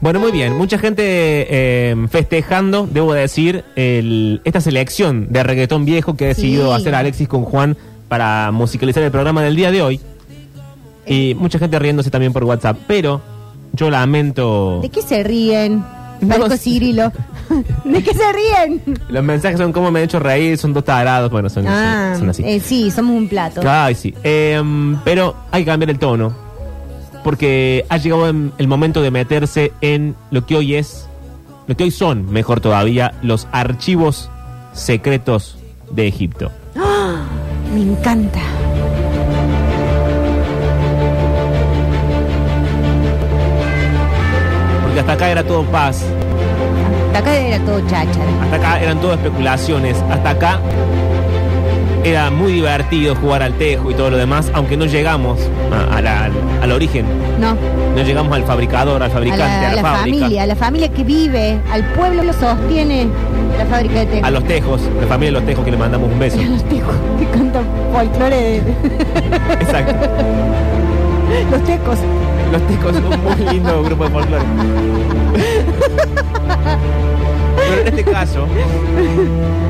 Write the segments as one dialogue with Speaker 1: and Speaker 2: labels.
Speaker 1: Bueno, muy bien. Mucha gente eh, festejando, debo decir, el- esta selección de reggaetón viejo que ha decidido
Speaker 2: Sí.
Speaker 1: hacer Alexis con Juan para musicalizar el programa del día de hoy. Y mucha gente riéndose también por WhatsApp. Pero yo lamento.
Speaker 2: ¿De qué se ríen?
Speaker 1: No
Speaker 2: Marco
Speaker 1: sé.
Speaker 2: Cirilo. ¿De qué se ríen?
Speaker 1: Los mensajes son como me he hecho reír, son dos tarados. Bueno, son, son-
Speaker 2: Ah,
Speaker 1: son así.
Speaker 2: eh, sí, somos un plato.
Speaker 1: Ay, sí. Em, pero hay que cambiar el tono. Porque ha llegado em- el momento de meterse en lo que hoy es, lo que hoy son, mejor todavía, los archivos secretos de Egipto.
Speaker 2: Me encanta.
Speaker 1: Porque hasta acá era todo paz,
Speaker 2: De acá era todo cháchara.
Speaker 1: hasta acá eran todo especulaciones, hasta acá era muy divertido jugar al tejo y todo lo demás, aunque no llegamos a- a la- al- al origen,
Speaker 2: No,
Speaker 1: no llegamos al fabricador, al
Speaker 2: a
Speaker 1: fabricante, a
Speaker 2: la,
Speaker 1: la,
Speaker 2: a la
Speaker 1: fábrica.
Speaker 2: familia, a la familia que vive, al pueblo lo sostiene la fábrica de té.
Speaker 1: A los tejos, la familia de los tejos que le mandamos un beso.
Speaker 2: A los tecos que cantan folclore de
Speaker 1: Exacto.
Speaker 2: los tecos.
Speaker 1: Los Tecos son un muy lindo grupo de folclore. Pero en este caso,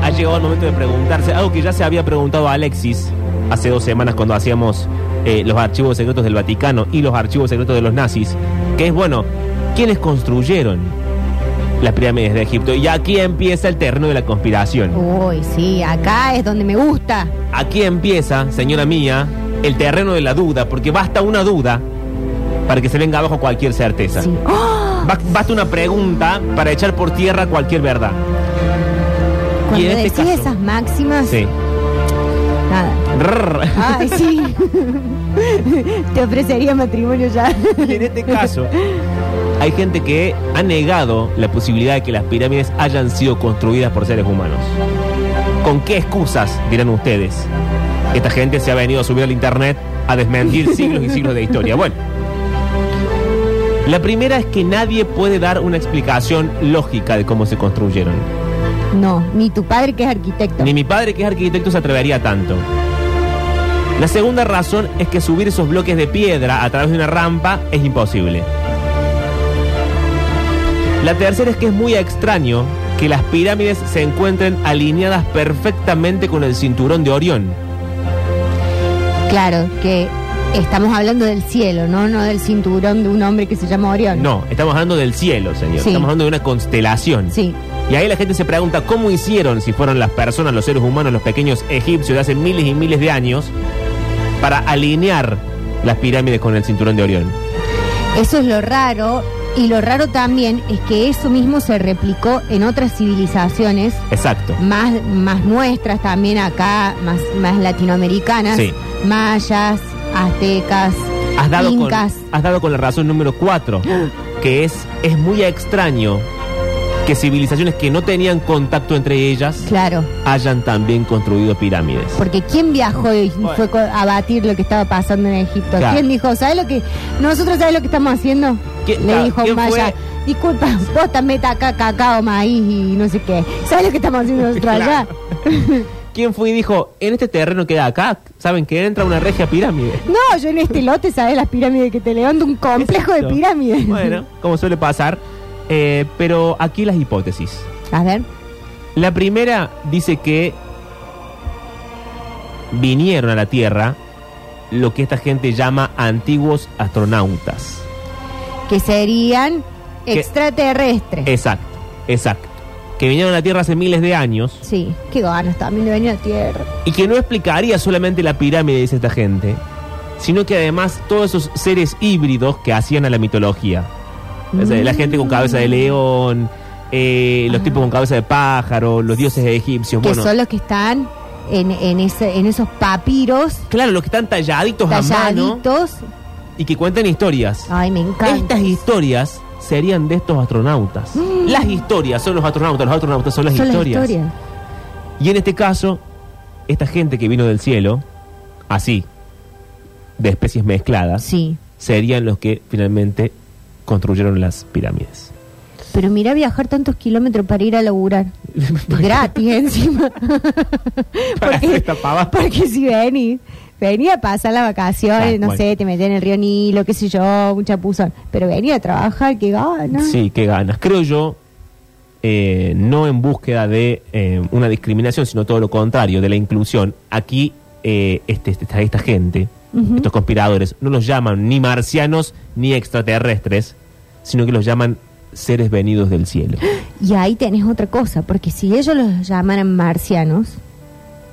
Speaker 1: ha llegado el momento de preguntarse algo que ya se había preguntado a Alexis hace dos semanas cuando hacíamos eh, los archivos secretos del Vaticano y los archivos secretos de los nazis, que es, bueno, ¿quiénes construyeron las pirámides de Egipto? Y aquí empieza el terreno de la conspiración.
Speaker 2: Uy, sí, acá es donde me gusta.
Speaker 1: Aquí empieza, señora mía, el terreno de la duda, porque basta una duda para que se venga abajo cualquier certeza.
Speaker 2: Sí. ¡Oh!
Speaker 1: Ba- Basta una pregunta para echar por tierra cualquier verdad.
Speaker 2: Cuando
Speaker 1: en este
Speaker 2: decís
Speaker 1: caso-
Speaker 2: esas máximas,
Speaker 1: Sí.
Speaker 2: nada.
Speaker 1: Rrr.
Speaker 2: Ay, sí. Te ofrecería matrimonio ya.
Speaker 1: Y en este caso, hay gente que ha negado la posibilidad de que las pirámides hayan sido construidas por seres humanos. ¿Con qué excusas dirán ustedes? Esta gente se ha venido a subir al internet a desmentir siglos y siglos de historia. Bueno, la primera es que nadie puede dar una explicación lógica de cómo se construyeron.
Speaker 2: No, ni tu padre que es arquitecto.
Speaker 1: Ni mi padre, que es arquitecto, se atrevería a tanto. La segunda razón es que subir esos bloques de piedra a través de una rampa es imposible. La tercera es que es muy extraño que las pirámides se encuentren alineadas perfectamente con el cinturón de Orión.
Speaker 2: Claro, que estamos hablando del cielo, ¿no? No del cinturón de un hombre que se llama Orión.
Speaker 1: No, estamos hablando del cielo, señor.
Speaker 2: Sí.
Speaker 1: Estamos hablando de una constelación.
Speaker 2: Sí.
Speaker 1: Y ahí la gente se pregunta cómo hicieron, si fueron las personas, los seres humanos, los pequeños egipcios de hace miles y miles de años, para alinear las pirámides con el cinturón de Orión.
Speaker 2: Eso es lo raro. Y lo raro también es que eso mismo se replicó en otras civilizaciones,
Speaker 1: Exacto.
Speaker 2: más, más nuestras también acá, más, más latinoamericanas,
Speaker 1: Sí.
Speaker 2: mayas, aztecas,
Speaker 1: Has dado, con,
Speaker 2: incas.
Speaker 1: has dado con la razón número cuatro, que es, es muy extraño que civilizaciones que no tenían contacto entre ellas
Speaker 2: Claro,
Speaker 1: hayan también construido pirámides.
Speaker 2: porque ¿quién viajó y fue co- a batir lo que estaba pasando en Egipto?
Speaker 1: Claro.
Speaker 2: ¿Quién dijo, ¿sabes lo que nosotros sabes lo que estamos haciendo?
Speaker 1: ¿Quién-
Speaker 2: Le
Speaker 1: claro,
Speaker 2: dijo
Speaker 1: ah, quién
Speaker 2: un maya,
Speaker 1: fue?
Speaker 2: disculpa, vos también acá cacao, maíz y no sé qué. ¿Sabes lo que estamos haciendo nosotros allá?
Speaker 1: Claro. ¿Quién fue y dijo, en este terreno que da acá, saben que entra una regia pirámide?
Speaker 2: No, yo en este lote, ¿sabes las pirámides que te levanto? Un complejo
Speaker 1: Exacto.
Speaker 2: de pirámides.
Speaker 1: Bueno, como suele pasar. Eh, pero aquí las hipótesis.
Speaker 2: A ver.
Speaker 1: La primera dice que vinieron a la Tierra lo que esta gente llama antiguos astronautas.
Speaker 2: Que serían
Speaker 1: Que-
Speaker 2: extraterrestres.
Speaker 1: Exacto, exacto. Que vinieron a la Tierra hace miles de años
Speaker 2: Sí, qué ganas también de venir a tierra.
Speaker 1: y que no explicaría solamente la pirámide, dice esta gente, sino que además todos esos seres híbridos que hacían a la mitología. O sea, La gente con
Speaker 2: Mm.
Speaker 1: cabeza de león, eh, los tipos con cabeza de pájaro, los dioses egipcios.
Speaker 2: Ah. Que
Speaker 1: bueno,
Speaker 2: son los que están en, en, ese, en esos papiros
Speaker 1: claro, los que están talladitos, a mano
Speaker 2: talladitos. Ah,
Speaker 1: y que cuentan historias.
Speaker 2: Ay, me encanta.
Speaker 1: Estas historias serían de estos astronautas. Las historias son los astronautas, los astronautas son las
Speaker 2: Mm. Son las
Speaker 1: historias.
Speaker 2: historias.
Speaker 1: Y en este caso, esta gente que vino del cielo, así, de especies mezcladas,
Speaker 2: Sí.
Speaker 1: serían los que finalmente construyeron las pirámides.
Speaker 2: Pero mira viajar tantos kilómetros para ir a laburar. Gratis encima.
Speaker 1: Para hacer esta pava.
Speaker 2: porque si venís venía a pasar las vacaciones,
Speaker 1: Ah,
Speaker 2: no
Speaker 1: bueno.
Speaker 2: sé, te metés en el río Nilo, qué sé yo, un chapuzón. Pero venía a trabajar, que gana.
Speaker 1: Sí, qué ganas. Creo yo, eh, no en búsqueda de eh, una discriminación, sino todo lo contrario, de la inclusión. Aquí, eh, este, este- esta, esta gente,
Speaker 2: Ujú.
Speaker 1: estos conspiradores, no los llaman ni marcianos ni extraterrestres, sino que los llaman seres venidos del cielo.
Speaker 2: Y ahí tenés otra cosa, porque si ellos los llamaran marcianos,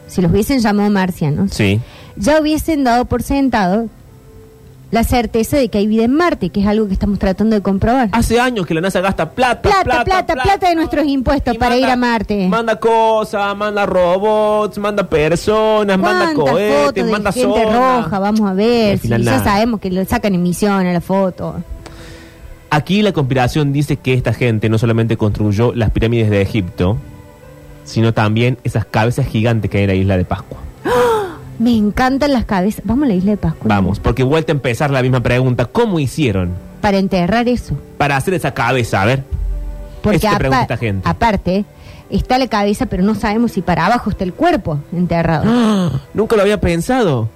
Speaker 2: si los hubiesen llamado marcianos,
Speaker 1: Sí.
Speaker 2: ya hubiesen dado por sentado la certeza de que hay vida en Marte, que es algo que estamos tratando de comprobar.
Speaker 1: Hace años que la NASA gasta plata,
Speaker 2: Plata,
Speaker 1: plata,
Speaker 2: plata, plata de nuestros impuestos
Speaker 1: Y
Speaker 2: para ir a Marte.
Speaker 1: Manda cosas, manda robots, manda personas, manda
Speaker 2: ¿Cuántas fotos
Speaker 1: cohetes,
Speaker 2: de
Speaker 1: manda
Speaker 2: gente
Speaker 1: zonas.
Speaker 2: roja? Vamos a ver,
Speaker 1: al
Speaker 2: si
Speaker 1: final
Speaker 2: ya
Speaker 1: nada.
Speaker 2: sabemos que lo sacan emisión a la foto.
Speaker 1: Aquí la conspiración dice que esta gente no solamente construyó las pirámides de Egipto, sino también esas cabezas gigantes que hay en la isla de Pascua.
Speaker 2: Me encantan las cabezas. Vamos a la isla de Pascua.
Speaker 1: Vamos, porque vuelta a empezar la misma pregunta. ¿Cómo hicieron
Speaker 2: Para enterrar eso.
Speaker 1: para hacer esa cabeza? A ver.
Speaker 2: Porque
Speaker 1: Eso te
Speaker 2: apa-
Speaker 1: pregunta esta gente.
Speaker 2: aparte, está la cabeza, pero no sabemos si para abajo está el cuerpo enterrado.
Speaker 1: ¡Ah! Nunca lo había pensado.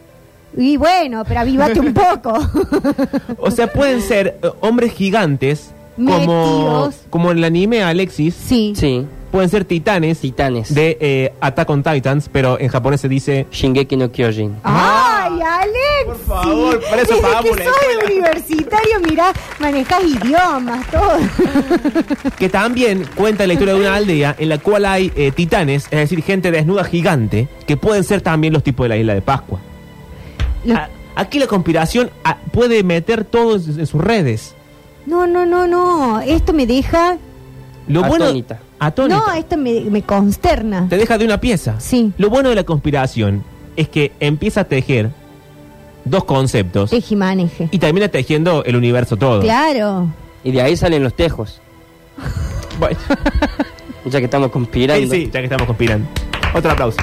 Speaker 2: Y bueno, pero avívate un poco.
Speaker 1: O sea, pueden ser eh, hombres gigantes como,
Speaker 2: Metidos.
Speaker 1: como en el anime Alexis.
Speaker 2: sí.
Speaker 3: Sí,
Speaker 1: Pueden ser titanes
Speaker 3: Titanes.
Speaker 1: de eh, Attack on Titans, pero en japonés se dice...
Speaker 3: Shingeki no Kyojin.
Speaker 2: ¡Ay, Alex!
Speaker 1: Ah. Por favor, para eso
Speaker 2: Desde
Speaker 1: pagamos
Speaker 2: que
Speaker 1: la escuela.
Speaker 2: soy universitario, mirá, manejás idiomas, todo.
Speaker 1: que también cuenta la historia de una aldea en la cual hay eh, titanes, es decir, gente desnuda gigante, que pueden ser también los tipos de la isla de Pascua.
Speaker 2: Lo-
Speaker 1: A- aquí la conspiración ah, puede meter todo en, sus- en sus redes.
Speaker 2: No, no, no, no. Esto me deja.
Speaker 1: Lo
Speaker 3: Atónita.
Speaker 1: bueno atónita.
Speaker 2: No, esto me, me consterna.
Speaker 1: te deja de una pieza.
Speaker 2: Sí.
Speaker 1: Lo bueno de la conspiración es que empieza a tejer dos conceptos
Speaker 2: Teji maneje.
Speaker 1: y termina tejiendo el universo todo.
Speaker 2: Claro.
Speaker 3: Y de ahí salen los tejos.
Speaker 1: Bueno,
Speaker 3: Ya que estamos conspirando.
Speaker 1: sí, sí, ya que estamos conspirando. Otro aplauso.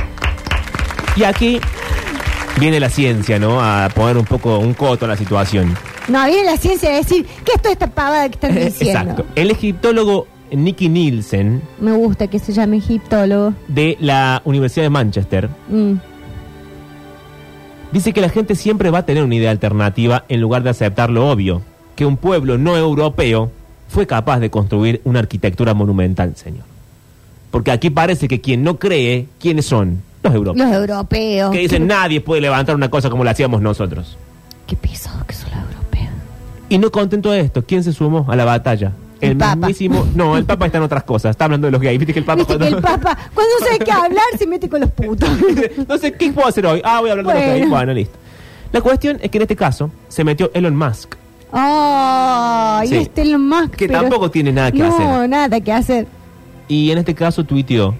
Speaker 1: Y aquí viene la ciencia, ¿no? A poner un poco un coto a la situación.
Speaker 2: No, viene la ciencia a decir, ¿qué es toda esta pavada que están diciendo?
Speaker 1: Exacto. El egiptólogo Nicky Nielsen
Speaker 2: Me gusta que se llame egiptólogo.
Speaker 1: de la Universidad de Manchester
Speaker 2: Mm.
Speaker 1: dice que la gente siempre va a tener una idea alternativa en lugar de aceptar lo obvio, que un pueblo no europeo fue capaz de construir una arquitectura monumental, señor. Porque aquí parece que quien no cree, ¿quiénes son? Los europeos.
Speaker 2: Los europeos.
Speaker 1: que dicen nadie puede levantar una cosa como la hacíamos nosotros.
Speaker 2: Qué pesados que son los europeos.
Speaker 1: Y no contento de esto, ¿quién se sumó a la batalla?
Speaker 2: El Papa.
Speaker 1: mismísimo- No, el Papa está en otras cosas. Está hablando de los gays. Viste que el Papa.
Speaker 2: Viste que el
Speaker 1: cuando-
Speaker 2: papa, cuando no sabe qué hablar, se mete con los putos.
Speaker 1: no sé qué puedo hacer hoy. Ah, voy a hablar de
Speaker 2: Bueno.
Speaker 1: los gays. Bueno, listo. La cuestión es que en este caso se metió Elon Musk,
Speaker 2: Ay,
Speaker 1: Sí.
Speaker 2: este es lo más
Speaker 1: que tampoco tiene nada que
Speaker 2: no,
Speaker 1: hacer.
Speaker 2: nada que hacer.
Speaker 1: Y en este caso tuiteó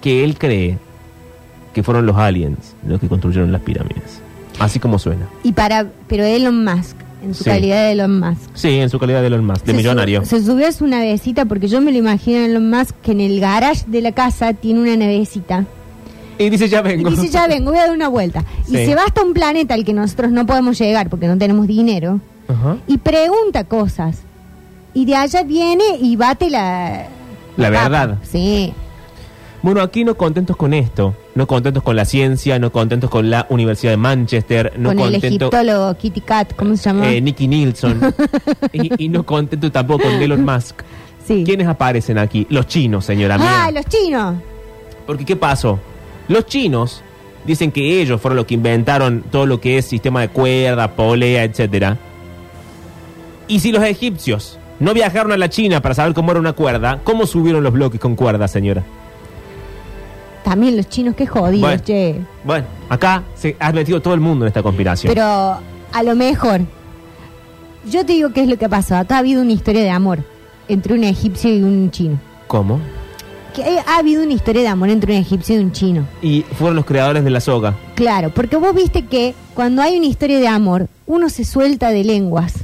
Speaker 1: que él cree que fueron los aliens los que construyeron las pirámides. Así como suena.
Speaker 2: Y para, pero Elon Musk, en su
Speaker 1: Sí.
Speaker 2: calidad de Elon Musk.
Speaker 1: Sí, en su calidad de Elon Musk, de
Speaker 2: Se
Speaker 1: millonario.
Speaker 2: su- se subió a su navecita porque yo me lo imagino a Elon Musk que en el garage de la casa tiene una navecita.
Speaker 1: Y dice, ya
Speaker 2: Y
Speaker 1: vengo.
Speaker 2: dice, ya vengo, voy a dar una vuelta. Y
Speaker 1: Sí.
Speaker 2: se va hasta un planeta al que nosotros no podemos llegar porque no tenemos dinero.
Speaker 1: Ajá.
Speaker 2: Y pregunta cosas. Y de allá viene y bate la...
Speaker 1: La
Speaker 2: tapa.
Speaker 1: verdad.
Speaker 2: Sí.
Speaker 1: Bueno, aquí no contentos con esto, no contentos con la ciencia, no contentos con la Universidad de Manchester, no
Speaker 2: con el
Speaker 1: contentos...
Speaker 2: egiptólogo Kitty Cat, ¿cómo se llama?
Speaker 1: Eh, Nicky Nilsson. y, y no contento tampoco con Elon Musk.
Speaker 2: sí.
Speaker 1: ¿Quiénes aparecen aquí? Los chinos, señora mía.
Speaker 2: Ah, los chinos.
Speaker 1: Porque ¿qué pasó? Los chinos dicen que ellos fueron los que inventaron todo lo que es sistema de cuerda, polea, etcétera. Y si los egipcios no viajaron a la China para saber cómo era una cuerda, ¿cómo subieron los bloques con cuerda, señora?
Speaker 2: También los chinos, qué jodidos,
Speaker 1: Bueno.
Speaker 2: che.
Speaker 1: Bueno, acá se ha metido todo el mundo en esta conspiración.
Speaker 2: Pero a lo mejor, yo te digo qué es lo que pasó. Acá ha habido una historia de amor entre un egipcio y un chino.
Speaker 1: ¿Cómo?
Speaker 2: Que eh, ha habido una historia de amor entre un egipcio y un chino.
Speaker 1: Y fueron los creadores de la soga.
Speaker 2: Claro, porque vos viste que cuando hay una historia de amor, uno se suelta de lenguas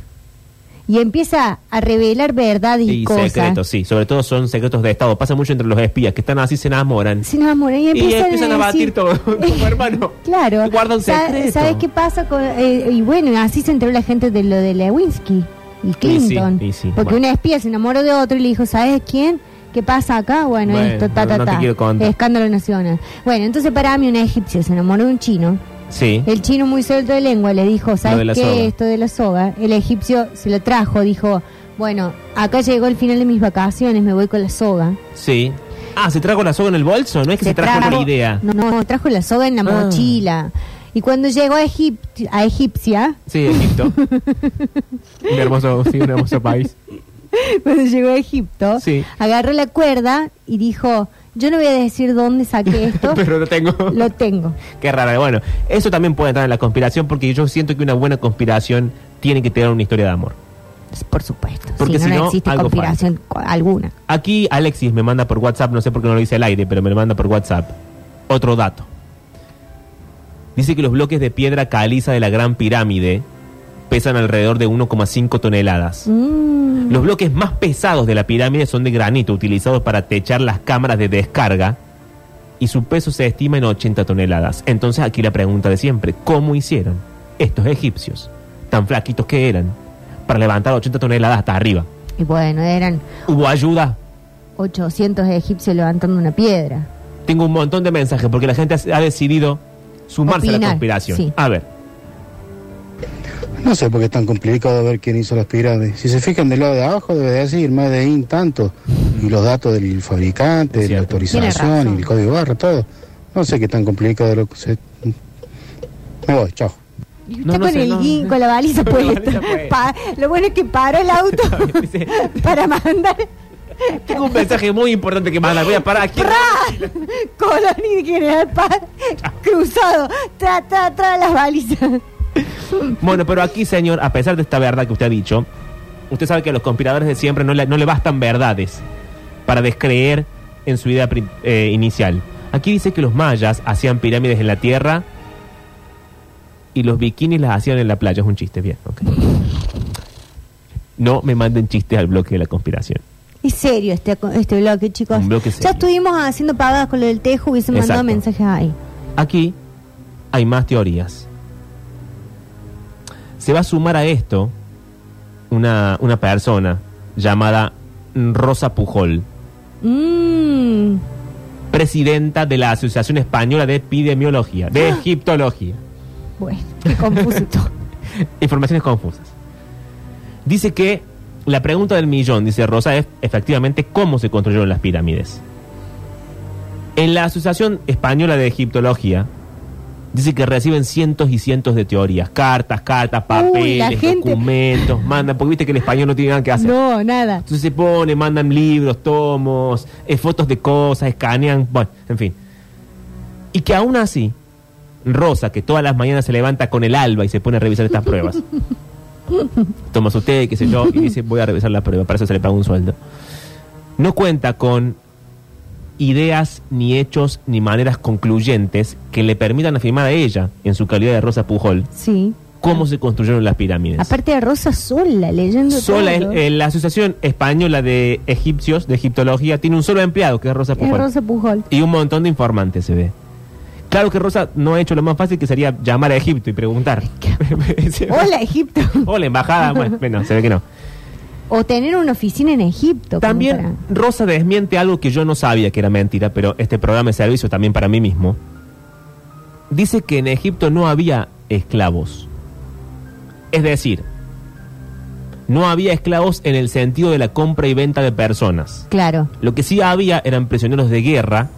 Speaker 2: y empieza a revelar verdades y,
Speaker 1: Y
Speaker 2: cosas.
Speaker 1: secretos, sí. Sobre todo son secretos de Estado. Pasa mucho entre los espías que están así, se enamoran.
Speaker 2: Se enamoran y empiezan,
Speaker 1: y empiezan a, batir
Speaker 2: decir-
Speaker 1: todo como hermano.
Speaker 2: Claro.
Speaker 1: Y guardan
Speaker 2: Sa-
Speaker 1: secreto.
Speaker 2: ¿Sabes qué pasa? con- eh, y bueno, así se enteró la gente de lo de Lewinsky y Clinton.
Speaker 1: y sí,
Speaker 2: porque
Speaker 1: bueno.
Speaker 2: una espía se enamoró de otro y le dijo, ¿sabes quién? ¿Qué pasa acá? Bueno,
Speaker 1: Bueno,
Speaker 2: esto, ta,
Speaker 1: no-
Speaker 2: ta,
Speaker 1: no te
Speaker 2: ta.
Speaker 1: quiero contar.
Speaker 2: Escándalo nacional. Bueno, entonces para mí una egipcia se enamoró de un chino
Speaker 1: Sí.
Speaker 2: El chino muy suelto de lengua le dijo,
Speaker 1: de
Speaker 2: ¿sabes
Speaker 1: la
Speaker 2: qué?
Speaker 1: soga".
Speaker 2: Esto de la soga. El egipcio se lo trajo, dijo, bueno, acá llegó el final de mis vacaciones, me voy con la soga.
Speaker 1: Sí. Ah, se trajo la soga en el bolso, no es que se,
Speaker 2: Se
Speaker 1: trajo una idea.
Speaker 2: No, no, trajo la soga en la
Speaker 1: Ah.
Speaker 2: mochila. Y cuando llegó a, Egip- a Egipcia,
Speaker 1: Sí, Egipto. un hermoso, sí, un hermoso país.
Speaker 2: cuando llegó a Egipto,
Speaker 1: Sí.
Speaker 2: agarró la cuerda y dijo, yo no voy a decir dónde saqué esto,
Speaker 1: Pero lo tengo.
Speaker 2: lo tengo.
Speaker 1: Qué raro. Bueno, eso también puede entrar en la conspiración porque yo siento que una buena conspiración tiene que tener una historia de amor.
Speaker 2: Pues, Por supuesto,
Speaker 1: Porque
Speaker 2: si
Speaker 1: si
Speaker 2: no, no
Speaker 1: no,
Speaker 2: existe
Speaker 1: algo
Speaker 2: conspiración co- alguna.
Speaker 1: Aquí Alexis me manda por WhatsApp, no sé por qué no lo dice al aire, pero me lo manda por WhatsApp. Otro dato. Dice que los bloques de piedra caliza de la Gran Pirámide pesan alrededor de 1,5 toneladas.
Speaker 2: Mm.
Speaker 1: Los bloques más pesados de la pirámide son de granito, utilizados para techar las cámaras de descarga, y su peso se estima en 80 toneladas. Entonces aquí la pregunta de siempre, ¿cómo hicieron estos egipcios, tan flaquitos que eran, para levantar 80 toneladas hasta arriba?
Speaker 2: Y bueno, eran
Speaker 1: ¿Hubo ayuda?
Speaker 2: 800 egipcios levantando una piedra.
Speaker 1: Tengo un montón de mensajes porque la gente ha- ha decidido sumarse a la
Speaker 2: Opinar,
Speaker 1: conspiración.
Speaker 2: sí.
Speaker 1: A ver,
Speaker 4: No sé por qué es tan complicado ver quién hizo las pirámides. Si se fijan del lado de abajo, debe decir Medellín tanto. Y los datos del fabricante, de la
Speaker 1: Cierto.
Speaker 2: Tiene razón.
Speaker 4: autorización, y el código barra, todo. No sé qué tan complicado lo que se... Me voy, chao.
Speaker 2: Y
Speaker 1: No,
Speaker 2: usted
Speaker 1: no
Speaker 2: con
Speaker 1: sé,
Speaker 2: el
Speaker 1: no.
Speaker 2: guin- con la baliza
Speaker 1: Con la
Speaker 2: puesta.
Speaker 1: baliza puesta.
Speaker 2: Pa- lo bueno es que paró el auto
Speaker 1: Sí.
Speaker 2: para mandar
Speaker 1: tengo un mensaje muy importante que mandar. Voy a parar aquí.
Speaker 2: ¡Pra! Colón y General Paz cruzado. Tra, tra, tra las balizas.
Speaker 1: Bueno, pero aquí, señor, a pesar de esta verdad que usted ha dicho, usted sabe que a los conspiradores de siempre no le, no le bastan verdades para descreer en su idea pri- eh, inicial. Aquí dice que los mayas hacían pirámides en la tierra y los bikinis las hacían en la playa. Es un chiste, bien. ok. No me manden chistes al bloque de la conspiración.
Speaker 2: Es serio este, este bloque, chicos.
Speaker 1: Un bloque serio.
Speaker 2: Ya estuvimos haciendo pagadas con lo del tejo, hubiesen mandado
Speaker 1: Exacto.
Speaker 2: mensajes ahí.
Speaker 1: Aquí hay más teorías. Se va a sumar a esto una, una persona llamada Rosa Pujol,
Speaker 2: Mm.
Speaker 1: presidenta de la Asociación Española de Epidemiología, de Egiptología.
Speaker 2: Bueno, qué confuso todo.
Speaker 1: Informaciones confusas. Dice que la pregunta del millón, dice Rosa, es efectivamente cómo se construyeron las pirámides. En la Asociación Española de Egiptología, dice que reciben cientos y cientos de teorías, cartas, cartas,
Speaker 2: Uy, la
Speaker 1: papeles,
Speaker 2: gente-
Speaker 1: documentos, mandan, porque viste que el español no tiene nada que hacer.
Speaker 2: No, nada.
Speaker 1: Entonces se pone, mandan libros, tomos, eh, fotos de cosas, escanean, bueno, en fin. Y que aún así, Rosa, que todas las mañanas se levanta con el alba y se pone a revisar estas pruebas, toma su té, qué sé yo, y dice, voy a revisar la prueba, para eso se le paga un sueldo. No cuenta con ideas, ni hechos, ni maneras concluyentes que le permitan afirmar a ella, en su calidad de Rosa Pujol,
Speaker 2: Sí.
Speaker 1: cómo se construyeron las pirámides.
Speaker 2: Aparte de Rosa sola, leyendo
Speaker 1: Sola, eh,
Speaker 2: todo.
Speaker 1: el- el- la Asociación Española de Egipcios, de Egiptología, tiene un solo empleado, que es Rosa
Speaker 2: Es
Speaker 1: Pujol.
Speaker 2: Rosa Pujol.
Speaker 1: Y un montón de informantes, se ve. Claro que Rosa no ha hecho lo más fácil, que sería llamar a Egipto y preguntar.
Speaker 2: Hola, Egipto.
Speaker 1: Hola, embajada. Bueno, bueno, se ve que no.
Speaker 2: O tener una oficina en Egipto. como para-
Speaker 1: También Rosa desmiente algo que yo no sabía que era mentira, pero este programa es servicio también para mí mismo. Dice que en Egipto no había esclavos. Es decir, no había esclavos en el sentido de la compra y venta de personas.
Speaker 2: Claro.
Speaker 1: Lo que sí había eran prisioneros de guerra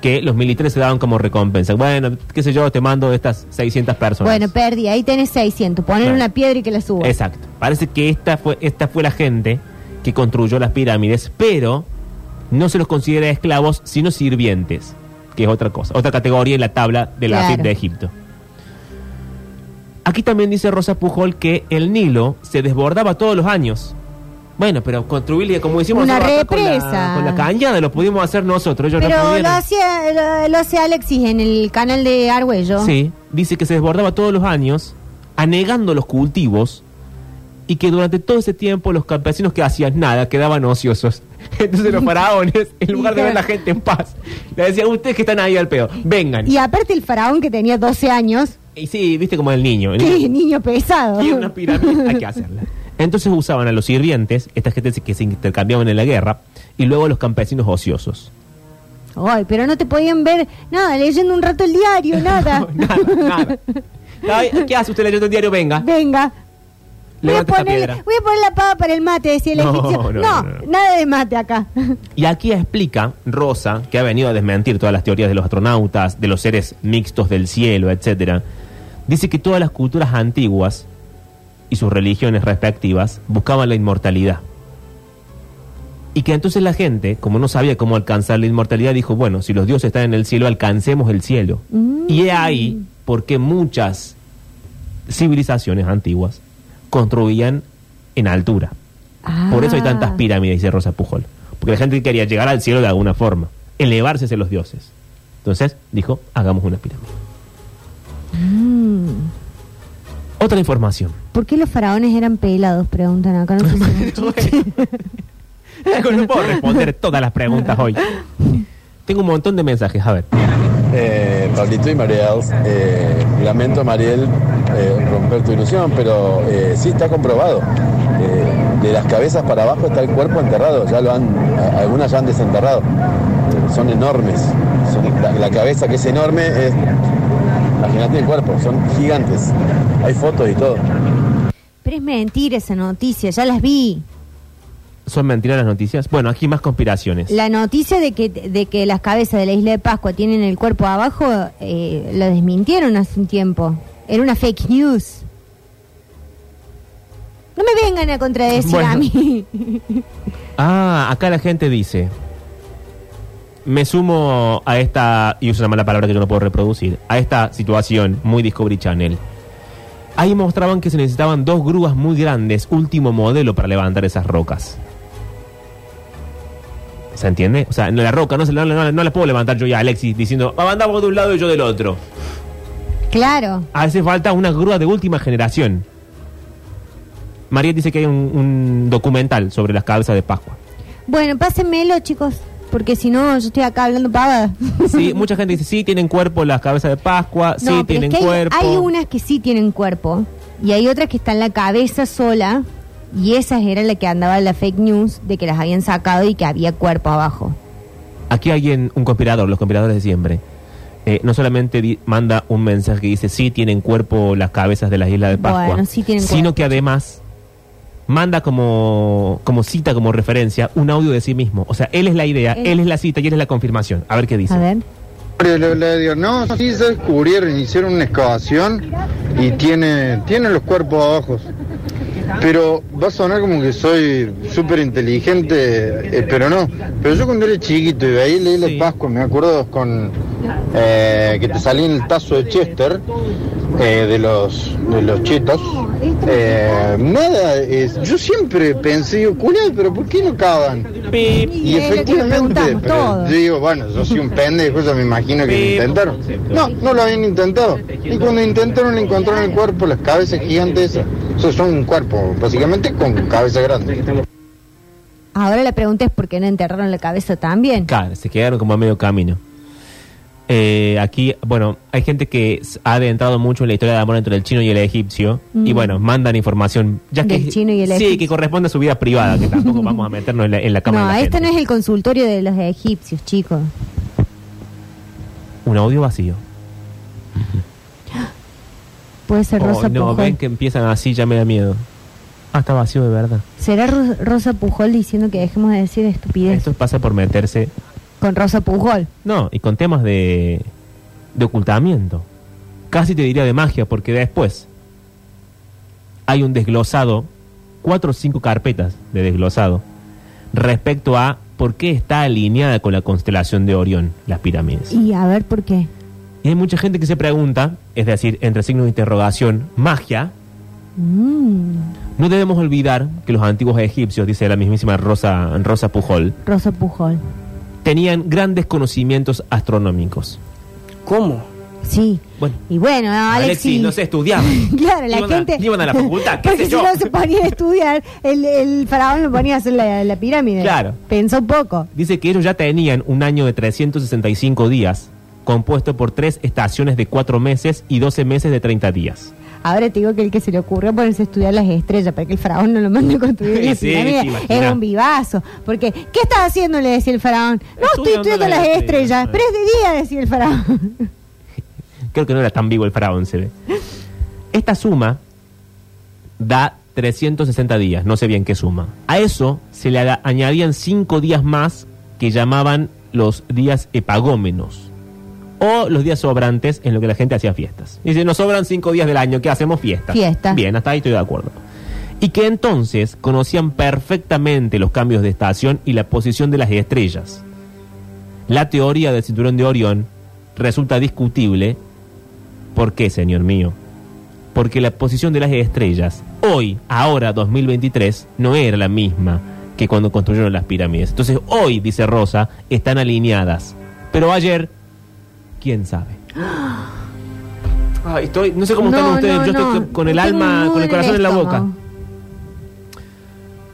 Speaker 1: que los militares se daban como recompensa. Bueno, qué sé yo, te mando estas 600 personas.
Speaker 2: Bueno, perdí. Ahí tenés 600. Poner
Speaker 1: Claro.
Speaker 2: una piedra y que la suba.
Speaker 1: Exacto. Parece que esta fue, esta fue la gente que construyó las pirámides, pero no se los considera esclavos, sino sirvientes, que es otra cosa, otra categoría en la tabla de la
Speaker 2: Claro.
Speaker 1: AFIP de Egipto. Aquí también dice Rosa Pujol que el Nilo se desbordaba todos los años. Bueno, pero construirle, como decimos
Speaker 2: Una
Speaker 1: nosotros acá con la-
Speaker 2: represa.
Speaker 1: Con la, cañada lo pudimos hacer nosotros, ellos no
Speaker 2: Pero lo
Speaker 1: pudieron.
Speaker 2: hacía, lo, lo hacía Alexis en el canal de Argüello.
Speaker 1: Sí, dice que se desbordaba todos los años, anegando los cultivos, y que durante todo ese tiempo los campesinos que hacían nada quedaban ociosos. Entonces los faraones, en lugar de ver a la gente en paz, le decían, ustedes que están ahí al pedo, vengan.
Speaker 2: Y aparte el faraón que tenía 12 años,
Speaker 1: Y sí, viste como el niño. el niño
Speaker 2: que niño pesado.
Speaker 1: quiere una pirámide, hay que hacerla. Entonces usaban a los sirvientes, estas gente que se intercambiaban en la guerra, y luego a los campesinos ociosos.
Speaker 2: Ay, pero no te podían ver nada, leyendo un rato el diario, nada.
Speaker 1: nada, nada. Está bien, ¿Qué hace usted leyendo un diario? Venga,
Speaker 2: Venga. Voy a,
Speaker 1: levanta esta
Speaker 2: poner,
Speaker 1: piedra.
Speaker 2: voy a poner la pava para el mate, decía el
Speaker 1: No, no,
Speaker 2: egipcio.
Speaker 1: no,
Speaker 2: No,
Speaker 1: no.
Speaker 2: nada de mate acá.
Speaker 1: Y aquí explica Rosa, que ha venido a desmentir todas las teorías de los astronautas, de los seres mixtos del cielo, etcétera. Dice que todas las culturas antiguas y sus religiones respectivas buscaban la inmortalidad. Y que entonces la gente, como no sabía cómo alcanzar la inmortalidad, dijo, bueno, si los dioses están en el cielo, alcancemos el cielo. Y es ahí porque muchas civilizaciones antiguas construían en altura. Por
Speaker 2: Ah.
Speaker 1: eso hay tantas
Speaker 2: piras.
Speaker 1: pirámides, dice Rosa Pujol. Porque la gente quería llegar al cielo de alguna forma, elevarse hacia los dioses. Entonces dijo, hagamos una pirámide. Otra información.
Speaker 2: ¿Por qué los faraones eran pelados? Preguntan acá. No sé si-
Speaker 1: no puedo responder todas las preguntas hoy. Tengo un montón de mensajes, a ver.
Speaker 5: Eh, Pablito y Mariel, eh, lamento Mariel eh, romper tu ilusión, pero eh, sí está comprobado. Eh, de las cabezas para abajo está el cuerpo enterrado, ya lo han, a- algunas ya han desenterrado. Eh, Son enormes. Son- la, la cabeza que es enorme es. Imagínate el cuerpo, son gigantes. Hay fotos y todo.
Speaker 2: Pero es mentira esa noticia, ya las vi.
Speaker 1: ¿Son mentiras las noticias? Bueno, aquí más conspiraciones.
Speaker 2: La noticia de que, de que las cabezas de la isla de Pascua tienen el cuerpo abajo eh, la desmintieron hace un tiempo. Era una fake news. No me vengan a contradecir
Speaker 1: Bueno.
Speaker 2: a mí.
Speaker 1: Ah, acá la gente dice. Me sumo a esta, y uso una mala palabra que yo no puedo reproducir, a esta situación muy Discovery Channel. Ahí mostraban que se necesitaban dos grúas muy grandes, último modelo para levantar esas rocas. ¿Se entiende? O sea, no, la roca no, se, no, no- no la puedo levantar yo y Alexis diciendo, "Ah, andá vos de un lado y yo del otro.
Speaker 2: claro.
Speaker 1: Hace falta una grúa de última generación. María dice que hay un- un documental sobre las cabezas de Pascua.
Speaker 2: Bueno, pásenmelo, chicos, porque si no, yo estoy acá hablando pavadas.
Speaker 1: Sí, mucha gente dice, sí, tienen cuerpo las cabezas de Pascua,
Speaker 2: No,
Speaker 1: sí,
Speaker 2: pero
Speaker 1: tienen
Speaker 2: es que hay-
Speaker 1: cuerpo.
Speaker 2: Hay unas que sí tienen cuerpo y hay otras que están la cabeza sola y esas eran las que andaba la fake news de que las habían sacado y que había cuerpo abajo.
Speaker 1: Aquí hay en- un conspirador, los conspiradores de siempre. Eh, no solamente di- manda un mensaje que dice, sí, tienen cuerpo las cabezas de las islas de Pascua,
Speaker 2: Bueno, sí tienen
Speaker 1: sino
Speaker 2: cuerpo.
Speaker 1: que además manda como, como cita, como referencia, un audio de sí mismo. O sea, él es la idea,
Speaker 2: Él-
Speaker 1: él, es la cita y él es la confirmación. A ver qué dice.
Speaker 2: A ver.
Speaker 4: No, sí se descubrieron, hicieron una excavación y tiene, tiene los cuerpos abajo. Pero va a sonar como que soy súper inteligente, eh, pero no. Pero yo cuando era chiquito y veía la isla
Speaker 1: Sí.
Speaker 4: de Pascua, me acuerdo con eh, que te salía en el tazo de Chester, eh, de los de los chetos. Eh, nada, es- yo siempre pensé, digo, "Culé, pero ¿por qué no cavan?
Speaker 1: Pip,
Speaker 4: Y
Speaker 2: es lo que nos
Speaker 4: efectivamente,
Speaker 2: preguntamos
Speaker 4: pero
Speaker 2: todos.
Speaker 4: yo digo, bueno, yo soy un pendejo, yo me imagino que lo intentaron. No, no lo habían intentado. Y cuando intentaron, le encontraron el cuerpo, las cabezas gigantes esas. Eso son un cuerpo, básicamente con cabeza grande.
Speaker 2: Ahora la pregunta es por qué no enterraron la cabeza también.
Speaker 1: Claro, se quedaron como a medio camino. Eh, aquí, bueno, hay gente que s- ha adentrado mucho en la historia de amor entre el chino y el egipcio. Y bueno, mandan información. Ya que,
Speaker 2: Mm. Del chino y el
Speaker 1: sí,
Speaker 2: egipcio.
Speaker 1: que corresponde a su vida privada, que tampoco vamos a meternos en la, en la cama
Speaker 2: no,
Speaker 1: de la
Speaker 2: este
Speaker 1: gente.
Speaker 2: no es el consultorio de los egipcios, chicos.
Speaker 1: Un audio vacío.
Speaker 2: Puede ser
Speaker 1: Oh,
Speaker 2: Rosa
Speaker 1: no,
Speaker 2: Pujol.
Speaker 1: ven que empiezan así, ya me da miedo. Ah, está vacío de verdad.
Speaker 2: ¿Será Ro- Rosa Pujol diciendo que dejemos de decir estupidez
Speaker 1: Esto pasa por meterse.
Speaker 2: con Rosa Pujol?
Speaker 1: No, y con temas de, de ocultamiento. Casi te diría de magia, porque después hay un desglosado, cuatro o cinco carpetas de desglosado, respecto a por qué está alineada con la constelación de Orión, las pirámides.
Speaker 2: Y a ver por qué.
Speaker 1: Y hay mucha gente que se pregunta, es decir, entre signos de interrogación, magia,
Speaker 2: Mm,
Speaker 1: no debemos olvidar que los antiguos egipcios, dice la mismísima Rosa, Rosa Pujol,
Speaker 2: Rosa Pujol.
Speaker 1: tenían grandes conocimientos astronómicos.
Speaker 3: ¿Cómo?
Speaker 2: Sí.
Speaker 1: Bueno,
Speaker 2: Y bueno, Alexis.
Speaker 1: Alexis, no se estudiaba.
Speaker 2: Claro, la
Speaker 1: Iban a-
Speaker 2: gente.
Speaker 1: iban a la facultad, qué
Speaker 2: Porque
Speaker 1: sé
Speaker 2: si
Speaker 1: yo.
Speaker 2: no se ponía a estudiar, el, el faraón lo ponía a hacer la, la pirámide.
Speaker 1: Claro.
Speaker 2: Pensó un poco.
Speaker 1: Dice que ellos ya tenían un año de 365 días, compuesto por tres estaciones de cuatro meses y 12 meses de 30 días.
Speaker 2: Ahora te digo que el que se le ocurrió ponerse a estudiar las estrellas para que el faraón no lo mande a construir
Speaker 1: Sí,
Speaker 2: una
Speaker 1: sí,
Speaker 2: pirámide,
Speaker 1: te imaginas.
Speaker 2: es un vivazo. Porque, ¿qué estás haciendo? Le decía el faraón. No, estoy
Speaker 1: Estudiando
Speaker 2: estudiando
Speaker 1: las
Speaker 2: las estrellas,
Speaker 1: estrellas.
Speaker 2: pero es de día, decía el faraón.
Speaker 1: Creo que no era tan vivo el faraón, se ve. Esta suma da 360 días, no sé bien qué suma. A eso se le aga- añadían 5 días más que llamaban los días epagómenos o los días sobrantes en lo que la gente hacía fiestas. Dice, nos sobran 5 días del año, ¿qué hacemos? Fiestas.
Speaker 2: Fiesta.
Speaker 1: Bien, hasta ahí estoy de acuerdo. Y que entonces conocían perfectamente los cambios de estación y la posición de las estrellas. La teoría del cinturón de Orión resulta discutible. ¿Por qué, señor mío? Porque la posición de las estrellas, hoy, ahora, 2023, no era la misma que cuando construyeron las pirámides. Entonces, hoy, dice Rosa, están alineadas. Pero ayer, quién sabe. Ay, estoy, no sé cómo están
Speaker 2: No,
Speaker 1: ustedes,
Speaker 2: no,
Speaker 1: yo estoy
Speaker 2: no.
Speaker 1: con el
Speaker 2: Tengo un
Speaker 1: alma,
Speaker 2: nudo
Speaker 1: con el corazón en la boca.
Speaker 2: estómago.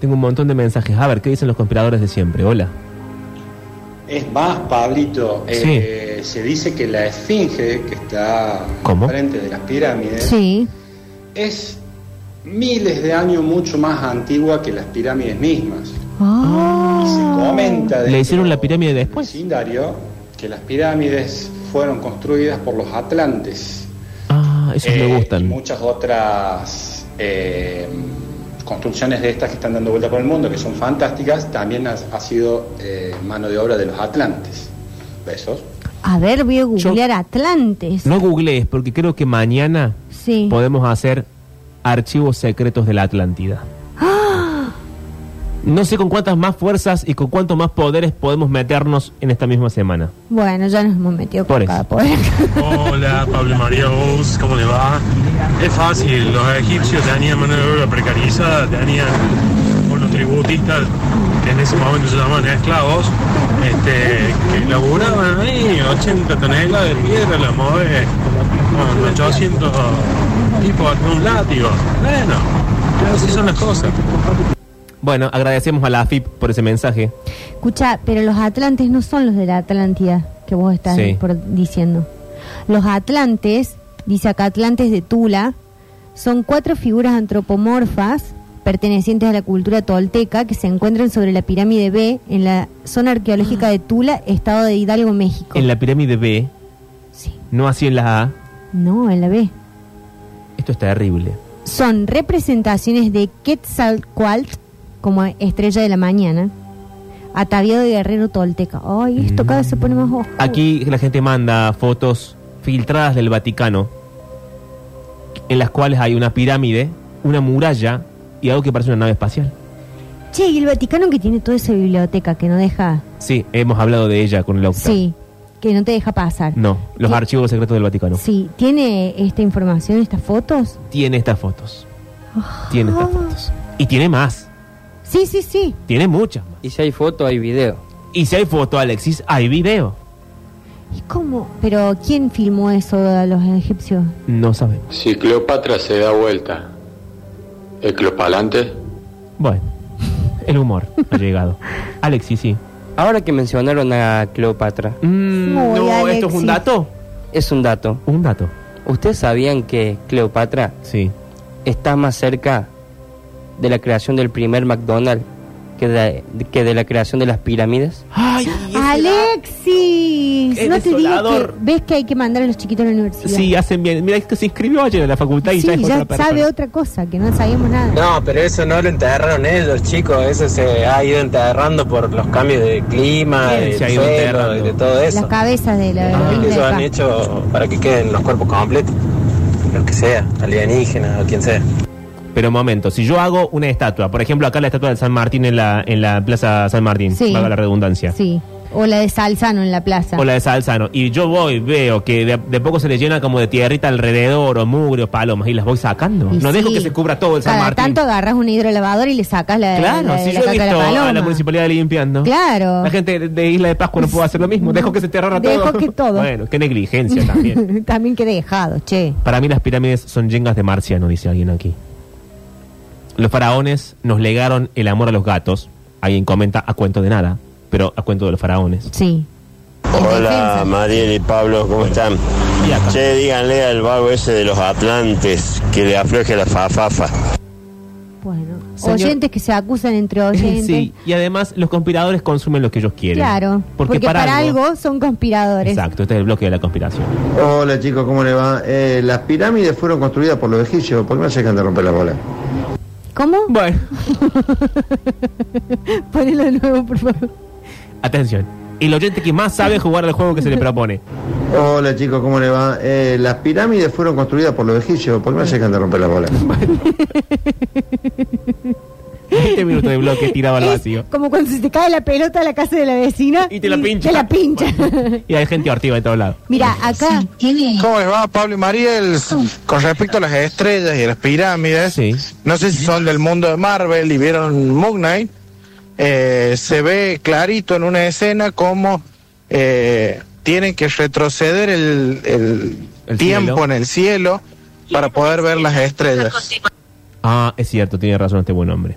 Speaker 1: Tengo un montón de mensajes. A ver, ¿qué dicen los conspiradores de siempre? Hola.
Speaker 6: Es más, Pablito,
Speaker 1: Sí.
Speaker 6: eh, se dice que la esfinge que está
Speaker 1: ¿Cómo?
Speaker 6: frente de las pirámides
Speaker 2: Sí.
Speaker 6: es miles de años mucho más antigua que las pirámides mismas.
Speaker 2: Oh.
Speaker 6: Y se comenta
Speaker 1: ¿Le
Speaker 6: dentro
Speaker 1: hicieron la pirámide
Speaker 6: del
Speaker 1: después?
Speaker 6: vecindario que las pirámides fueron construidas por los atlantes.
Speaker 1: Ah, esos
Speaker 6: Eh,
Speaker 1: me
Speaker 6: y
Speaker 1: gustan.
Speaker 6: muchas otras eh, construcciones de estas que están dando vuelta por el mundo, que son fantásticas, también ha, ha sido eh, mano de obra de los atlantes. Besos.
Speaker 2: A ver, voy a googlear Atlantes.
Speaker 1: No googlees, porque creo que mañana
Speaker 2: Sí.
Speaker 1: podemos hacer archivos secretos de la Atlántida. No sé con cuántas más fuerzas y con cuántos más poderes podemos meternos en esta misma semana.
Speaker 2: Bueno, ya nos hemos metido
Speaker 1: Por
Speaker 2: con
Speaker 1: eso.
Speaker 2: cada poder.
Speaker 7: Hola, Pablo María Ous, ¿cómo le va? Es fácil, los egipcios tenían mano de obra precarizada, tenían por los tributistas, que en ese momento se llamaban esclavos, este, que laburaban ahí 80 toneladas de piedra, la mueve con 800 tipos con un látigo. Bueno, así son las cosas.
Speaker 1: Bueno, agradecemos a la AFIP por ese mensaje.
Speaker 2: Escucha, pero los atlantes no son los de la Atlántida que vos estás
Speaker 1: Sí.
Speaker 2: por- diciendo. Los atlantes, dice acá Atlantes de Tula, son cuatro figuras antropomorfas pertenecientes a la cultura tolteca que se encuentran sobre la pirámide B en la zona arqueológica de Tula, estado de Hidalgo, México.
Speaker 1: En la pirámide B,
Speaker 2: Sí.
Speaker 1: no así en la A,
Speaker 2: No, en la B.
Speaker 1: esto es terrible.
Speaker 2: Uh. Son representaciones de Quetzalcoatl como estrella de la mañana, ataviado de guerrero tolteca. Ay, esto cada vez se pone más oscuro.
Speaker 1: Aquí la gente manda fotos filtradas del Vaticano, en las cuales hay una pirámide, una muralla y algo que parece una nave espacial.
Speaker 2: Che, y el Vaticano que tiene toda esa biblioteca que no deja.
Speaker 1: Sí, hemos hablado de ella con el Octa.
Speaker 2: Sí, que no te deja pasar.
Speaker 1: No, los
Speaker 2: Sí.
Speaker 1: archivos secretos del Vaticano.
Speaker 2: Sí, ¿tiene esta información, estas fotos?
Speaker 1: Tiene estas fotos. Tiene estas
Speaker 2: Ah.
Speaker 1: fotos. Y tiene más.
Speaker 2: Sí, sí, sí.
Speaker 1: Tiene muchas más.
Speaker 3: Y si hay foto, hay video.
Speaker 1: Y si hay foto, Alexis, hay video.
Speaker 2: ¿Y cómo? ¿Pero quién filmó eso a los egipcios?
Speaker 1: No sabemos.
Speaker 8: Si Cleopatra se da vuelta, ¿el Cleopalante?
Speaker 1: Bueno, el humor ha llegado. Alexis, sí.
Speaker 3: Ahora que mencionaron a Cleopatra,
Speaker 1: Mm,
Speaker 2: Muy
Speaker 1: no, esto es
Speaker 2: Alexis.
Speaker 1: un dato.
Speaker 3: es un dato.
Speaker 1: Un dato,
Speaker 3: ¿Ustedes sabían que Cleopatra
Speaker 1: sí.
Speaker 3: está más cerca de la creación del primer McDonald's que de, que de la creación de las pirámides?
Speaker 1: ¡Ay!
Speaker 2: ¡Alexis!
Speaker 1: Es
Speaker 2: No te digo que
Speaker 1: desolador.
Speaker 2: ves que hay que mandar a los chiquitos a la universidad.
Speaker 1: Sí, hacen bien. Mira, es que se inscribió ayer a la facultad y ya es
Speaker 2: Sí, ya
Speaker 1: otra persona.
Speaker 2: sabe otra cosa, que no sabíamos nada.
Speaker 9: No, pero eso no lo enterraron ellos, chicos. Eso se ha ido enterrando por los cambios de clima,
Speaker 1: Bien,
Speaker 9: del
Speaker 1: se ha ido
Speaker 9: suelo
Speaker 1: enterrando.
Speaker 9: y de todo
Speaker 2: Las
Speaker 9: eso.
Speaker 2: cabezas de la...
Speaker 1: Ah.
Speaker 2: de
Speaker 9: Eso
Speaker 2: la-
Speaker 9: han hecho para que queden los cuerpos completos. Lo que sea, alienígenas o quien sea.
Speaker 1: Pero un momento, si yo hago una estatua, por ejemplo, acá la estatua de San Martín en la, en la Plaza San Martín,
Speaker 2: Sí.
Speaker 1: valga la redundancia.
Speaker 2: Sí, o la de Salzano en la plaza.
Speaker 1: O la de Salzano. Y yo voy, veo que de, de poco se le llena como de tierrita alrededor, o mugre, o palomas, y las voy sacando.
Speaker 2: Y
Speaker 1: no dejo
Speaker 2: sí.
Speaker 1: que se cubra todo el San
Speaker 2: Cada
Speaker 1: Martín.
Speaker 2: tanto agarras un hidroelevador y le sacas la
Speaker 1: claro,
Speaker 2: la-
Speaker 1: si
Speaker 2: la
Speaker 1: yo he
Speaker 2: caca de
Speaker 1: visto a la
Speaker 2: paloma.
Speaker 1: municipalidad limpiando.
Speaker 2: Claro.
Speaker 1: La gente de- de Isla de Pascua no puede hacer lo mismo. Dejo que se enterrara todo.
Speaker 2: Dejo que todo.
Speaker 1: bueno, qué negligencia también.
Speaker 2: También quedé dejado, che.
Speaker 1: Para mí las pirámides son yengas de marciano, dice alguien aquí. Los faraones nos legaron el amor a los gatos. Alguien comenta a cuento de nada, pero a cuento de los faraones.
Speaker 2: Sí. En defensa.
Speaker 10: Hola, Mariel y Pablo, ¿cómo están?
Speaker 1: Y acá.
Speaker 10: Che, díganle al vago ese de los Atlantes que le afloje la fafafa.
Speaker 2: Bueno,
Speaker 1: Señor-
Speaker 2: oyentes que se acusan entre oyentes.
Speaker 1: Sí, y además los conspiradores consumen lo que ellos quieren.
Speaker 2: Claro,
Speaker 1: Porque, para, algo...
Speaker 2: son conspiradores.
Speaker 1: Exacto, este es el bloque de la conspiración.
Speaker 5: Hola chicos, ¿cómo le va? las pirámides fueron construidas por los egipcios, ¿por qué no se dejan de romper la bola?
Speaker 2: ¿Cómo?
Speaker 1: Bueno,
Speaker 2: Ponelo de nuevo, por favor.
Speaker 1: atención. El oyente que más sabe jugar al juego que se le propone.
Speaker 5: Hola chicos, ¿cómo le va? Eh, las pirámides fueron construidas por los egipcios, ¿por qué no se dejan de romper la bola?
Speaker 1: 20 minutos de bloque tirado al
Speaker 2: Es
Speaker 1: vacío.
Speaker 2: como cuando se te cae la pelota a la casa de la vecina.
Speaker 1: Y te la pincha.
Speaker 2: Te la pincha.
Speaker 1: Y hay gente hortiva de todos lados.
Speaker 2: Mira, acá,
Speaker 4: ¿Cómo les va, Pablo y Mariel? Con respecto a las estrellas y las pirámides,
Speaker 1: Sí.
Speaker 4: no sé si son del mundo de Marvel y vieron Moon Knight, eh, se ve clarito en una escena cómo eh, tienen que retroceder el, el
Speaker 1: El
Speaker 4: tiempo
Speaker 1: cielo.
Speaker 4: en el cielo para poder ver las estrellas.
Speaker 1: Ah, es cierto, tiene razón este buen hombre.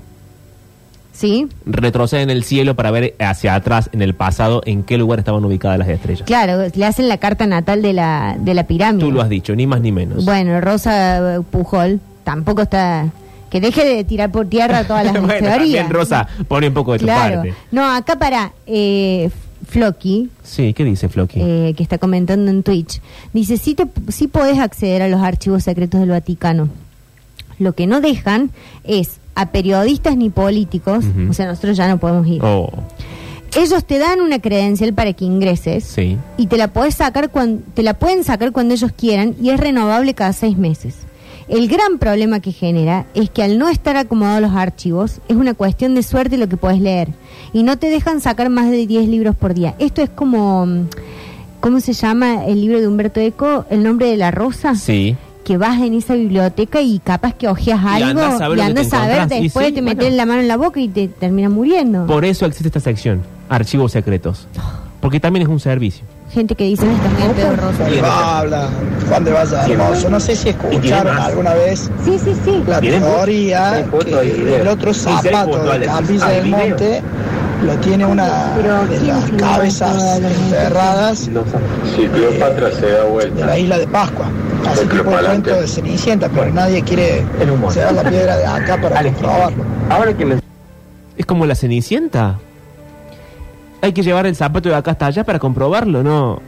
Speaker 2: ¿sí?
Speaker 1: Retroceden el cielo para ver hacia atrás, en el pasado, en qué lugar estaban ubicadas las estrellas.
Speaker 2: Claro, le hacen la carta natal de la, de la pirámide.
Speaker 1: Tú lo has dicho, ni más ni menos.
Speaker 2: Bueno, Rosa eh, Pujol tampoco está... Que deje de tirar por tierra todas las
Speaker 1: Bueno,
Speaker 2: teorías.
Speaker 1: también, Rosa, pone un poco de tu
Speaker 2: Claro.
Speaker 1: parte.
Speaker 2: No, acá para eh, Floki,
Speaker 1: Sí, ¿qué dice Floki?
Speaker 2: eh, que está comentando en Twitch, dice, sí, te, sí podés acceder a los archivos secretos del Vaticano. Lo que no dejan es a periodistas ni políticos,
Speaker 1: Ujú.
Speaker 2: o sea, nosotros ya no podemos ir.
Speaker 1: Oh,
Speaker 2: Ellos te dan una credencial para que ingreses
Speaker 1: sí.
Speaker 2: y te la podés sacar cuan- te la pueden sacar cuando ellos quieran y es renovable cada seis meses. El gran problema que genera es que al no estar acomodados los archivos, es una cuestión de suerte lo que podés leer. Y no te dejan sacar más de 10 libros por día. Esto es como, mm, ¿cómo se llama el libro de Humberto Eco? El nombre de la rosa.
Speaker 1: Sí.
Speaker 2: Que vas en esa biblioteca y capaz que ojeas
Speaker 1: Y
Speaker 2: algo
Speaker 1: andás a ver
Speaker 2: y
Speaker 1: dónde
Speaker 2: andás
Speaker 1: te
Speaker 2: a ver,
Speaker 1: encontrás. Y
Speaker 2: después
Speaker 1: sí,
Speaker 2: te
Speaker 1: bueno.
Speaker 2: metes la mano en la boca y te terminas muriendo.
Speaker 1: Por eso existe esta sección, archivos secretos. Porque también es un servicio.
Speaker 2: Gente que dice, "Ay, también pedo rosa.
Speaker 9: Habla, Juan de Valla Hermoso. No sé si escucharon alguna vez
Speaker 2: Sí, sí, sí.
Speaker 9: la
Speaker 3: ¿Tienen fotos? Hay
Speaker 9: teoría
Speaker 3: fotos, hay
Speaker 9: que
Speaker 3: videos.
Speaker 9: el otro
Speaker 3: Sí, sí, Ah, hay
Speaker 9: zapato
Speaker 3: fotos,
Speaker 9: de
Speaker 3: Alex.
Speaker 9: Capilla
Speaker 3: Hay
Speaker 9: del
Speaker 3: videos.
Speaker 9: Monte lo tiene una
Speaker 2: Pero,
Speaker 9: de
Speaker 2: ¿quién
Speaker 9: las
Speaker 2: filmó
Speaker 9: cabezas
Speaker 2: todas las noches?
Speaker 9: enterradas
Speaker 8: Si Cleopatra se da
Speaker 9: de
Speaker 8: vuelta,
Speaker 9: la isla de Pascua. Así tipo de
Speaker 8: Cleopalante.
Speaker 9: cuento de Cenicienta, pero nadie quiere
Speaker 3: El humor.
Speaker 9: se da la piedra de acá para
Speaker 3: Alex,
Speaker 9: comprobarlo.
Speaker 3: Ahora que me...
Speaker 1: Es como la cenicienta. Hay que llevar el zapato de acá hasta allá para comprobarlo, ¿no?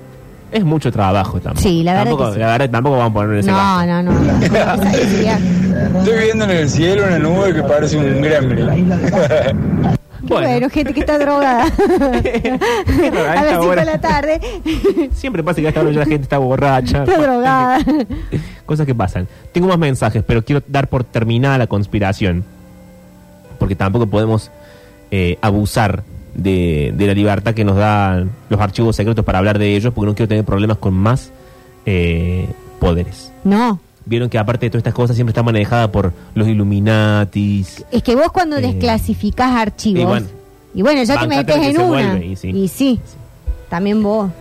Speaker 1: Es mucho trabajo también.
Speaker 2: Sí, la verdad
Speaker 1: Tampoco,
Speaker 2: que sí.
Speaker 1: la verdad, tampoco vamos a poner ese
Speaker 2: No,
Speaker 1: gasto.
Speaker 2: no, no. no. Esa idea.
Speaker 9: Estoy viendo en el cielo una nube que parece un gremlin.
Speaker 2: Qué bueno.
Speaker 1: Bueno,
Speaker 2: gente que está drogada.
Speaker 1: raro, a
Speaker 2: a
Speaker 1: esta
Speaker 2: las 5
Speaker 1: hora.
Speaker 2: de la tarde
Speaker 1: siempre pasa que hasta ahora ya la gente está borracha.
Speaker 2: está drogada.
Speaker 1: Cosas que pasan. Tengo más mensajes, pero quiero dar por terminada la conspiración. Porque tampoco podemos eh, abusar de, de la libertad que nos dan los archivos secretos para hablar de ellos, porque no quiero tener problemas con más eh, poderes.
Speaker 2: No,
Speaker 1: Vieron que aparte de todas estas cosas siempre está manejada por los Illuminatis.
Speaker 2: es que vos cuando
Speaker 1: Eh,
Speaker 2: desclasificás archivos.
Speaker 1: y
Speaker 2: Y
Speaker 1: bueno.
Speaker 2: bueno, ya te
Speaker 1: Bancate
Speaker 2: metes
Speaker 1: la que
Speaker 2: en
Speaker 1: se
Speaker 2: una.
Speaker 1: vuelve, y
Speaker 2: y,
Speaker 1: sí.
Speaker 2: sí. También vos.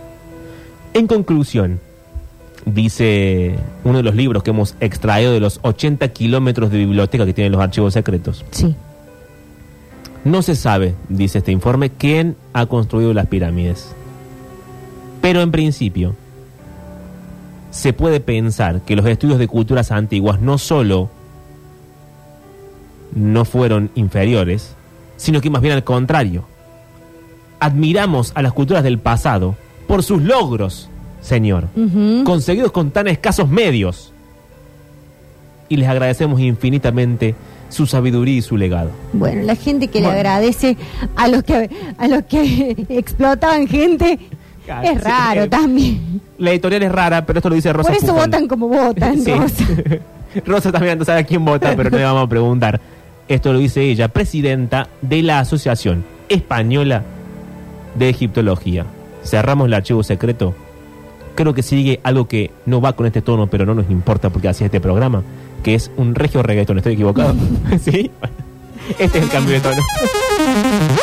Speaker 1: En conclusión, dice uno de los libros que hemos extraído de los 80 kilómetros de biblioteca que tienen los archivos secretos.
Speaker 2: Sí.
Speaker 1: No se sabe, dice este informe, quién ha construido las pirámides. Pero en principio, se puede pensar que los estudios de culturas antiguas no solo no fueron inferiores, sino que más bien al contrario. Admiramos a las culturas del pasado por sus logros, señor,
Speaker 2: Ujú.
Speaker 1: conseguidos con tan escasos medios. Y les agradecemos infinitamente su sabiduría y su legado.
Speaker 2: Bueno, la gente que
Speaker 1: Bueno.
Speaker 2: le agradece a los que a los que explotaban gente
Speaker 1: Claro,
Speaker 2: es
Speaker 1: Ah, sí.
Speaker 2: raro también.
Speaker 1: La editorial es rara, pero esto lo dice Rosa.
Speaker 2: Por eso
Speaker 1: Pujol.
Speaker 2: votan como votan.
Speaker 1: Sí.
Speaker 2: Rosa.
Speaker 1: Rosa también no sabe a quién vota, pero no le vamos a preguntar. Esto lo dice ella, presidenta de la Asociación Española de Egiptología. Cerramos el archivo secreto. Creo que sigue algo que no va con este tono, pero no nos importa porque así es este programa, que es un regio reggaetón. ¿Estoy equivocado? ¿Sí? Este es el cambio de tono.